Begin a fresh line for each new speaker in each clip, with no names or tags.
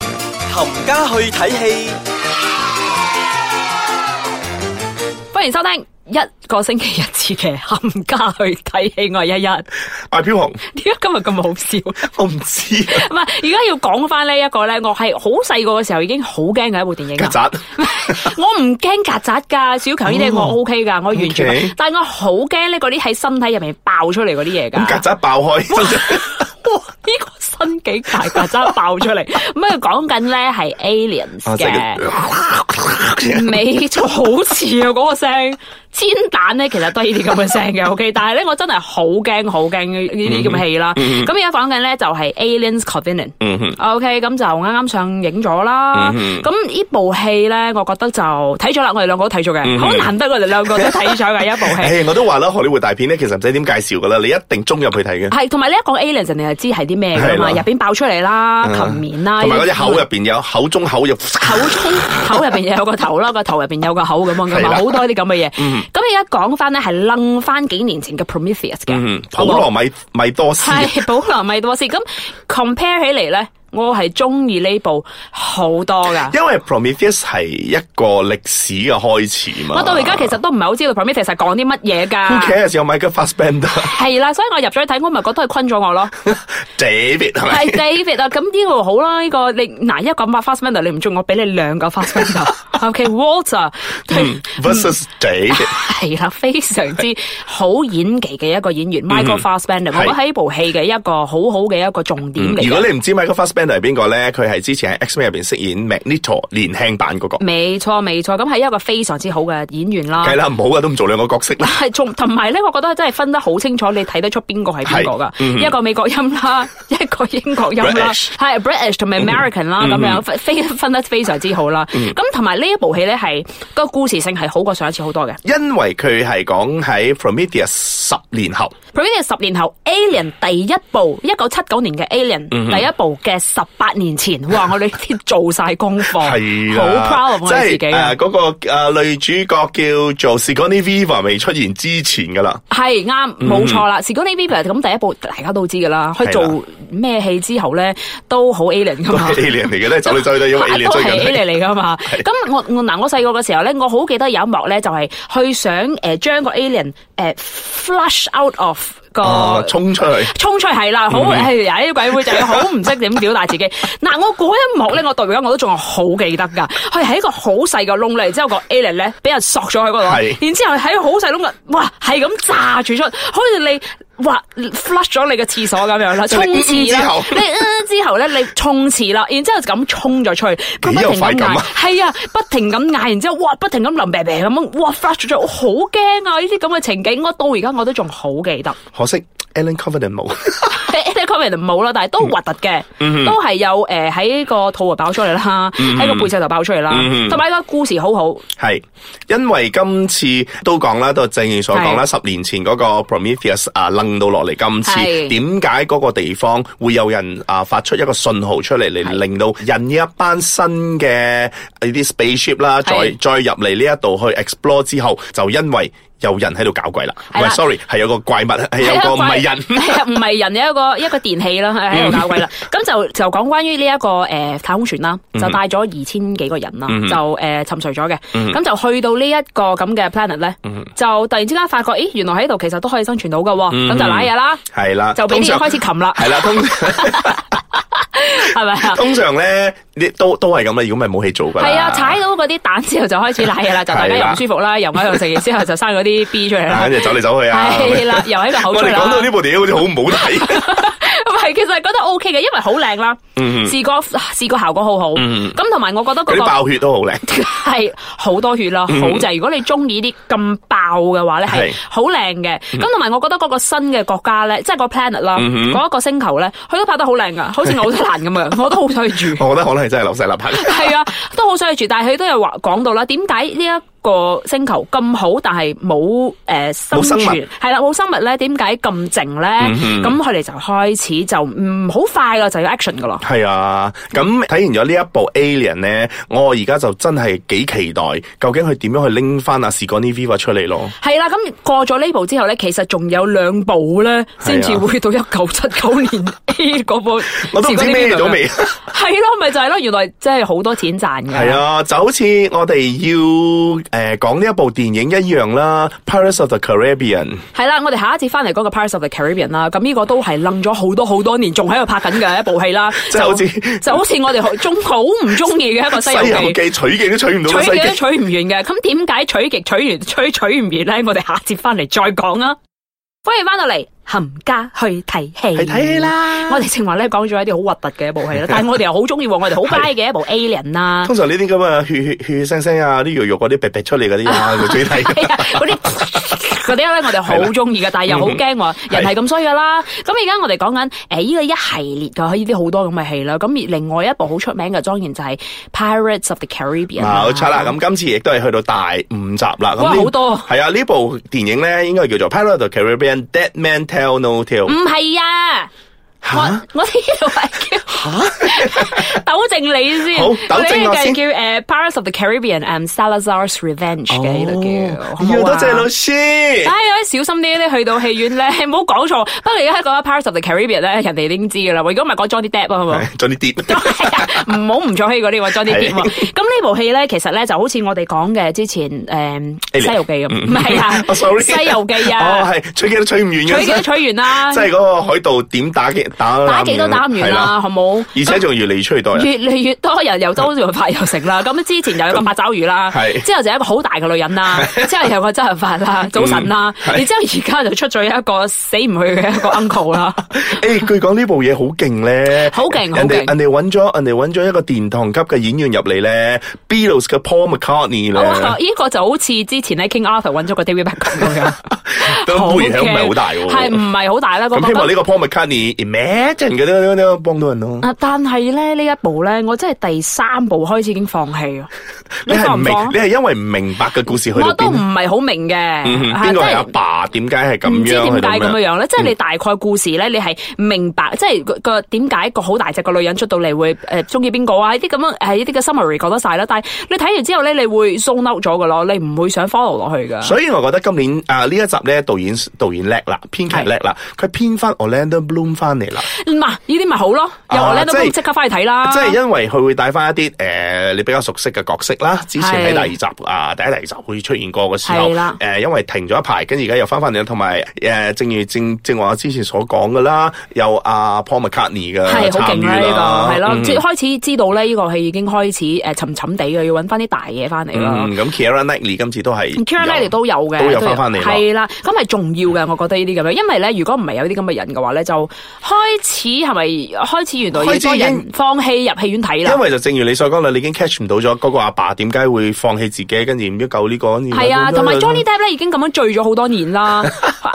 冚家去睇戲，
欢迎收听一个星期日次嘅冚家去睇戏，我系一 一。
大飘紅
点解今日咁好笑？
我唔知啊。
唔系，而家要讲翻呢一个咧，我系好细个嘅时候已经好惊嘅一部电影
曱
啊。
甴，
我唔惊曱甴噶，小强呢啲我 O K 噶，我完全唔
OK
但系我好惊咧嗰啲喺身体入面爆出嚟嗰啲嘢噶。
咁曱甴爆開，真係
哇！呢個新幾大曱甴爆出嚟，咁啊講緊咧係 aliens
啊真
嘅，
係
美就好似啊嗰個聲。煎蛋咧，其實都係呢啲咁嘅聲嘅，OK。但係咧，我真係好驚好驚呢啲咁嘅戲啦。咁而家講緊咧就係 Aliens Covenant。
嗯哼，
OK，咁就啱啱上映咗啦。咁呢部戲咧，我覺得就睇咗啦，我哋兩個都睇咗嘅，好難得我哋兩個都睇咗嘅一部 戲。
唉，我都話啦，荷里活大片咧，其實唔使點介紹噶啦，你一定中入去睇嘅，
係同埋咧講 aliens，人哋係知係啲咩噶嘛，
係
入
啦
邊爆出嚟啦，琴面啦，
同埋嗰隻口
呢
入
啲
邊有口 中口入，
口 中口入邊有個頭啦，個頭入邊有個口咁樣噶
係
嘛，
啦
好多啲咁嘅嘢。咁而家講翻咧係楞翻幾年前嘅 Prometheus 嘅，
嗯，普羅米米多斯，
啊 係保羅米多斯。咁 compare 起嚟咧，我係中意呢部好多 噶。
因為 Prometheus 係一個歷史嘅開始嘛。
我到而家其實都唔係好知道 Prometheus 係講啲乜嘢
Who
㗎。
cares 有 Michael Fassbender、
係啦，所以我入咗去睇，我咪覺得佢昆咗我咯。
David 係咪
係？David 啊，咁呢個好啦，呢、個你嗱一個咁 Fastbender 你唔中，我俾你兩個 Fastbender。OK，Walter 對
嗯 versus David
係啦，非常之好演技嘅一個演員 Michael Fassbender，我覺得
嗯係
喺呢部戲嘅一個好好嘅一個重點嚟
嗯如果
嘅。
你唔知 Michael Fassbender 係邊個咧，佢係之前喺 X-Men 入邊飾演 Magneto 年輕版嗰個，
冇錯冇錯，咁係一個非常之好嘅演員啦
梗係。啦，唔好啊嘅都唔做兩個角色啦。
係仲同埋咧，我覺得真係分得好清楚，你睇得出邊個係邊個噶？一個美國音啦， 一個英國音啦，
嗯 British 嗯
係 British 同埋 American 啦，咁樣分非分得非常之好啦。咁同埋呢一部戲咧，係個故事性係好過上一次好多嘅。
因為佢係講喺 Prometheus 十年後，
Prometheus 十年後 Alien 第一部，一九七九年嘅 Alien
嗯
第一部嘅十八年前，哇！ 我哋啲做晒功課，
係
啊好
啦
proud of 我哋自
即
己
係
啊
誒！嗰個誒女主角叫做 Sigourney Viva 未出現之前噶啦，
係啱，冇錯啦。時光呢 v i v a 咁第一部大家都知噶啦，佢
嗯係啦
做咩戲之後咧都好 alien 噶
都
嘛
係。alien 嚟嘅咧，走嚟走去 都係因為 alien
啊都
追
係
緊
alien 嚟噶 嘛？咁我我嗱，我細個嘅時候咧，我好記得有一幕咧，就係去想誒將個 alien 誒 flush out of 個。
佢，啊衝出去，
衝出去係
嗯
啦，好係啊！呢啲鬼妹仔好唔識點表達自己。 嗱，我嗰一幕咧，我到而家我都仲係好記得㗎。佢係一個好細個窿嚟，之後個 alien 咧俾人索咗喺嗰度，
係
然之後喺個好細窿嘅，哇，係咁炸住出，好似你哇 flush 咗你嘅廁所咁樣啦，
即
衝
係你
刺
嗯之
啦
後，
你嗯之後咧，你衝刺啦，然之後就咁衝咗出去，佢
幾有
不停
快
咁
感
嗌
啊，
係啊，不停咁嗌，然之後哇，不停咁淋鼻鼻咁樣，哇 flush 咗出去，我好驚啊！呢啲咁嘅情景，我到而家我都仲好記得。
可惜 Alan Covenant 冇，
誒 a Coven 冇啦，但係都
嗯
核突嘅，都係有誒喺個肚啊爆出嚟啦，
嗯
喺個背脊度爆出嚟啦，同埋個故事好 好，
係因為今次都講啦，都正如所講啦，十年前嗰個 Prometheus 啊楞到落嚟，今次
係
點解嗰個地方會有人啊發出一個信號出嚟，嚟令到人呢一班新嘅啊呢啲 spaceship 啦，再
係
再入嚟呢一度去 explore 之後，就因為有人喺度搞鬼啦，
係
唔
啦
係 sorry，係有個 怪物，係有個唔係人。
係啊唔係人嘅一個一個電器 啦，喺度搞鬼啦。咁就就講關於呢一個誒太空船啦，
嗯
就帶咗二千幾個人啦，就誒沉睡咗嘅，
嗯
咁就去到呢一個咁嘅 planet 咧，就突然之間發覺，咦，原來喺度其實都可以生存到嘅喎，咁就瀨嘢啦，
係 啦，
就俾
嗯通
啲嘢
常
開始擒啦，
係啦，通
係咪啊？
通常咧，你都都係咁啦，如果咪冇戲做㗎啦。
係啊，踩到嗰啲蛋之後就開始瀨嘢啦，就大家又
係
唔
啦
舒服啦，又喺度食完之後就生嗰啲 B 出嚟啦
啊，跟。住走嚟走去啊。
係啦，又喺個口
我
出
哋
嚟
講到
啦。
呢部電影好似好唔好睇，
唔係，其實覺得 O K 嘅，因為好靚啦，視覺視覺效果好好。咁同埋我覺得嗯
嗯嗰
嗰
啲
個
嗯爆血都好靚。
係好多血啦，好就係如果你中意啲咁爆嘅話咧，係
係嗯
好靚嘅。咁同埋我覺得嗰個新嘅國家咧，即係個 planet 啦，嗰一個星球咧，佢都拍得好靚噶，好 似奧特蘭咁樣，我都好想去住。
我覺得可能係真係流晒立拍。
係啊，都好想去住，但係佢都有話講到啦，點解呢一個星球咁好，但係冇诶生
冇生
存，
物嗯
係啦冇生物咧，點解咁靜咧？咁佢哋就開始就唔好快啦，就要 action 噶咯。
系啊，咁睇完咗呢一部 Alien 咧，我而家就真係幾期待，究竟佢點樣去拎翻阿 s i g o n i Viva 出嚟咯？
係啦，咁過咗呢部之後咧，其實仲有兩部咧，先至
係啊
會到一九七九年 A 嗰部，
我都唔知孭咗未。
係咯，咪就係咯，原來真係好多錢賺嘅。
係啊，就好似我哋要诶讲呢一部電影一樣啦，《Pirates of the Caribbean》
系啦，我哋下一節翻嚟嗰個《Pirates of the Caribbean》啦，咁呢個都係楞咗好多好多年，仲喺度拍緊嘅一部戲啦，
即係好似
就好似我哋好中好唔中意嘅一個《西
《 西
遊記》。
遊記》取景都取唔到
取
個西
極都
記。
取唔完嘅，咁點解取極取完取取唔完咧？我哋下一節翻嚟再講啊！歡迎翻到嚟，冚家去睇戲，
去睇戲啦
我哋正話咧講咗一啲好核突嘅一部戲啦，但係我哋又好中意喎，我哋好 buy 嘅一部 Alien 啦。
通常呢啲咁嘅血血血腥腥啊，啲肉肉嗰啲鼻鼻出嚟嗰啲 啊，最睇
係啊，嗰啲嗰啲咧，我哋好中意嘅，但係又好
嗯
驚喎，人係咁衰噶啦。咁而家我哋講緊誒依個一系列嘅呢啲好多咁嘅戲啦。咁而另外一部好出名嘅，當然就係《Pirates of the Caribbean》
冇錯啊啦，咁今次亦都係去到第五集啦。咁
啊嗯哇
呢
好多
係啊，呢部電影咧應該叫做《Pirate of the Caribbean: Dead Man Tell No Tale
唔》。係啊。我
嚇
我呢度係叫 糾正你先，
好糾正我
呢
先
個叫誒《Pirates of the Caribbean》and Salazar's Revenge 嘅呢度嗯叫，好唔啊好
要哦哎多
啊
謝老師
唉。，小心啲咧，去到戲院咧， 唔好講錯。不過而家講《Pirates of the Caribbean》咧，人哋已經知噶啦。如果唔係講 Johnny Depp 啊，係咪？
係做啲碟。
唔好唔做戲嗰啲喎，裝啲啲喎。
係
咁呢部戲咧，其實咧就好似我哋講嘅之前誒《
Alien
西遊記》咁，唔係 啊，《
哦，sorry
西遊記》
哦，
啊，
係取景都取唔完
取
嘅，
幾都取完啦
即，係嗰個海盜點打嘅打
打幾都打唔完啊嗯
啊係
啦，，好冇？
而且仲越 嚟越出去多人。
越嚟越多人又周潤發又食 啦，咁之前又有個八爪魚啦，
係
之後就有一個好大嘅女人 啦，之後有個周潤發啦，早晨啦，
嗯係
然之後而家就出咗一個死唔去嘅一個 uncle 啦，
誒，據講呢部嘢好勁咧，
好勁好
人哋
勁
人哋揾咗人哋揾咗一個殿堂級嘅演員入嚟咧，Beatles 嘅 Paul McCartney
哇！
咧，
呢個就好似之前咧 King Arthur 揾咗個 David Beckham 咁樣。
都迴響唔係好大喎。
系唔係好大啦？嗰
咁
個
希望呢個 Paul McCartney Imagine 嘅都都幫到人咯。
啊，但係咧呢一部咧，我真係第三部開始已經放棄啊！
你係
放
唔
唔
明
放啊？，
你係因為唔明白嘅故事去
我
到
都唔
邊？
係好明嘅，
嗯
係
邊個係
真
阿
係
爸？點解係咁
唔知
樣嗯
點
去到
解咁
咩？
樣樣咧？即係你大概故事咧，你係明白，即係個個點解個好大隻個女人出到嚟會誒中意邊個啊？呢啲咁樣誒呢啲嘅 summary 講得晒啦，但係你睇完之後咧，你會 zone out 咗噶咯，你唔會想 follow 落去噶。
所以我覺得今年啊呢一集咧，導演導演叻啦，編劇叻啦，佢編翻 Orlando Bloom 翻嚟啦，
嗱，呢啲咪好咯，有
啊
我咧
即
都
係
即刻翻去睇啦。
即係因為佢會帶翻一啲誒、呃你比較熟悉嘅角色啦。之前喺
係
第二集啊，第一、第二集會出現過嘅時候，
係
誒
啦、
因為停咗一排，跟住而家又翻翻嚟啦，同埋誒正如正正話我之前所講嘅啦，有阿、Paul McCartney 嘅
係好
參
勁
與
啦，呢
啦，
個係咯，
嗯
即係開始知道咧，呢個戲已經開始誒沉沉地嘅，要揾翻啲大嘢翻嚟啦
嗯，。咁 Kiara Knightley 今次都係
Kira
有
Knightley 都有嘅，
都有返返嚟啦
係啦，咁係重要嘅，我覺得呢啲咁樣，因為咧，如果唔係有啲咁嘅人嘅話咧，就開始係咪開始原來好
開始
多
已經
人放棄入戲院睇
因
啦？
為就正如你所講啦，你已經 catch 唔到咗嗰個阿爸點解會放棄自己，跟住唔要救呢個，跟住
係啊，同埋 Johnny
咁
Depp 咧已經咁樣醉咗好多年 啦。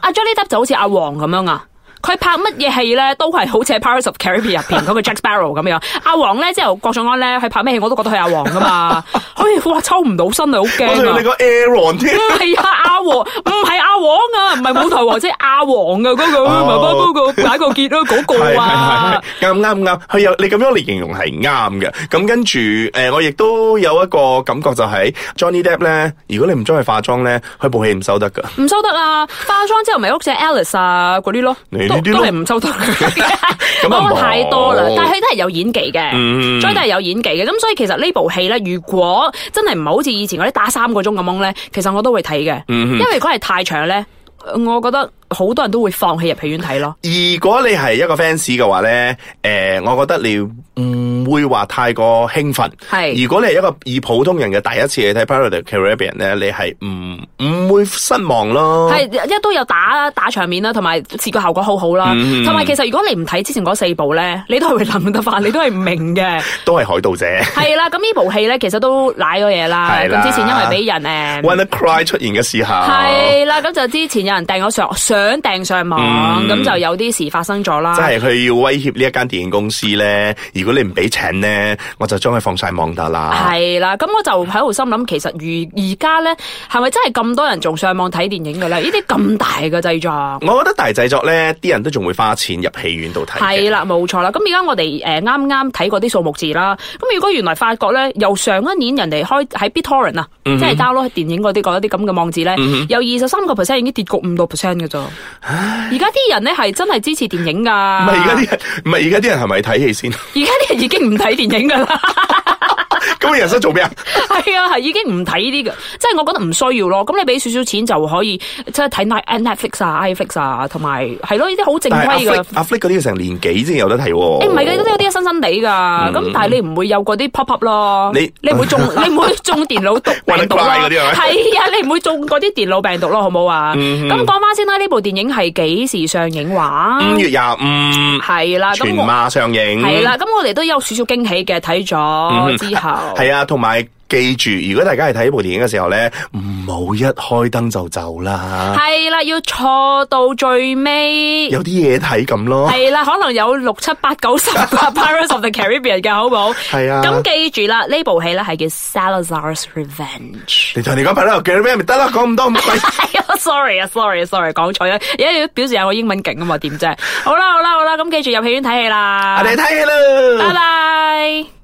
阿 Johnny Depp 就好似阿黃咁樣啊。佢拍乜嘢戲咧，都係好似喺《Pirates of Caribbean》入邊嗰個 Jack Sparrow 咁樣。阿黃咧，之後郭晉安咧，佢拍咩戲我都覺得佢係阿黃噶嘛。 哎，哇，抽唔到身啊，好
我仲
驚
要
啊
你！個 Aaron 添
唔。係啊，阿王唔係阿王啊，唔係舞台王，即係阿王啊，嗰個媽媽嗰個解個 結咯，嗰個啊。
哦係係係啱啱啱，佢有你咁樣嚟形容係啱嘅。咁跟住誒、呃我亦都有一個感覺就係、Johnny Depp 咧，如果你唔將佢化妝咧，佢部戲唔收得㗎。
唔收得啊！化妝之後咪屋似 Alice 啊嗰啲咯，
你呢
都
啲咯
都係唔收得。
咁啊嗯
我太多啦，但係佢都係有演技嘅，所以都係有演技嘅。咁所以其實呢部戲咧，如果真係唔係好似以前嗰啲打三個鐘咁樣咧，其實我都會睇嘅，
嗯
因為如果係太長咧，我覺得好多人都會放棄入戲院睇咯。
如果你係一個 fans 嘅話咧，誒、我覺得你唔會話太過興奮。
係
如果你係一個以普通人嘅第一次去睇《Pirate of the Caribbean》咧，你係唔唔會失望咯。
系一都有打打場面啦，同埋視覺效果好好啦，
嗯
同埋、其實如果你唔睇之前嗰四部咧，你都係會諗得翻，你都係唔明 嘅。
都係海盜啫。
係啦，咁呢部戲咧其實都濑咗嘢啦。
係啦
咁之前因為俾人诶。
Wanna Cry 出現嘅時候，
系啦，咁就之前有人掟咗上上想訂上網，咁就有啲事發生咗啦
嗯真。係啊佢要威脅呢一間電影公司咧，如果你唔俾錢咧，我就將佢放晒網得啦。
係啦，咁我就喺度心諗，其實如而家咧，係咪真係咁多人仲上網睇電影嘅咧？呢啲咁大嘅製作。
我覺得大製作咧，啲人都仲會花錢入戲院度睇嘅。
係啦，冇錯啦。咁而家我哋誒啱啱睇過啲數目字啦。咁如果原來發覺咧，由上一年人哋開喺 BitTorrent 啊，
嗯
即係 download 電影嗰啲嗰啲咁嘅網址咧，有二十三個 percent 已經跌過五個 percent 嘅咋。而家啲人咧係真係支持電影㗎。
唔係而家啲人，唔係而家啲人係咪睇戲 先？
而家啲人已經唔睇電影㗎 啦。
咁你人生做咩啊？
係啊，係已經唔睇呢啲嘅，即係我覺得唔需要咯。咁你俾少少錢就可以，即係睇 Net- Netflix 啊、iFlix 啊，同埋係咯呢啲好正
但係阿
規
Flick
嘅。
阿 Flick 嗰啲要成年幾先有得睇
誒
喎？
唔係嘅，都有啲新新地噶，咁但係你唔會有嗰啲 pop up 咯，
你
你唔會中，你唔會中電腦毒病毒咯，
玩得怪嗰啲係咪
係啊，你唔會中嗰啲電腦病毒咯，好冇啊？
嗯
咁講翻先啦，呢部電影係幾時上映話？
五月廿五
係啦，
全
啊咁我
馬上映。
係啦，咁我哋都有少少驚喜嘅，睇咗之後。
係啊，同埋記住，如果大家係睇呢部電影嘅時候咧，唔好一開燈就走啦，
係啦，要坐到最尾。
有啲嘢睇咁咯。
係啦，可能有六七八九十個 Pirates of the Caribbean 嘅，好冇？
係啊
咁記住啦，呢部戲咧係叫 Salazar's Revenge。
你同人哋講拍啦，叫咩咪得啦，講咁多咁鬼。
係啊，sorry 啊，sorry 啊，sorry，講錯咗，而家要表示下我英文勁啊啊嘛，點啫？好啦，好啦，好啦，咁記住入戲院睇戲啦
我，哋睇戲啦。
拜拜。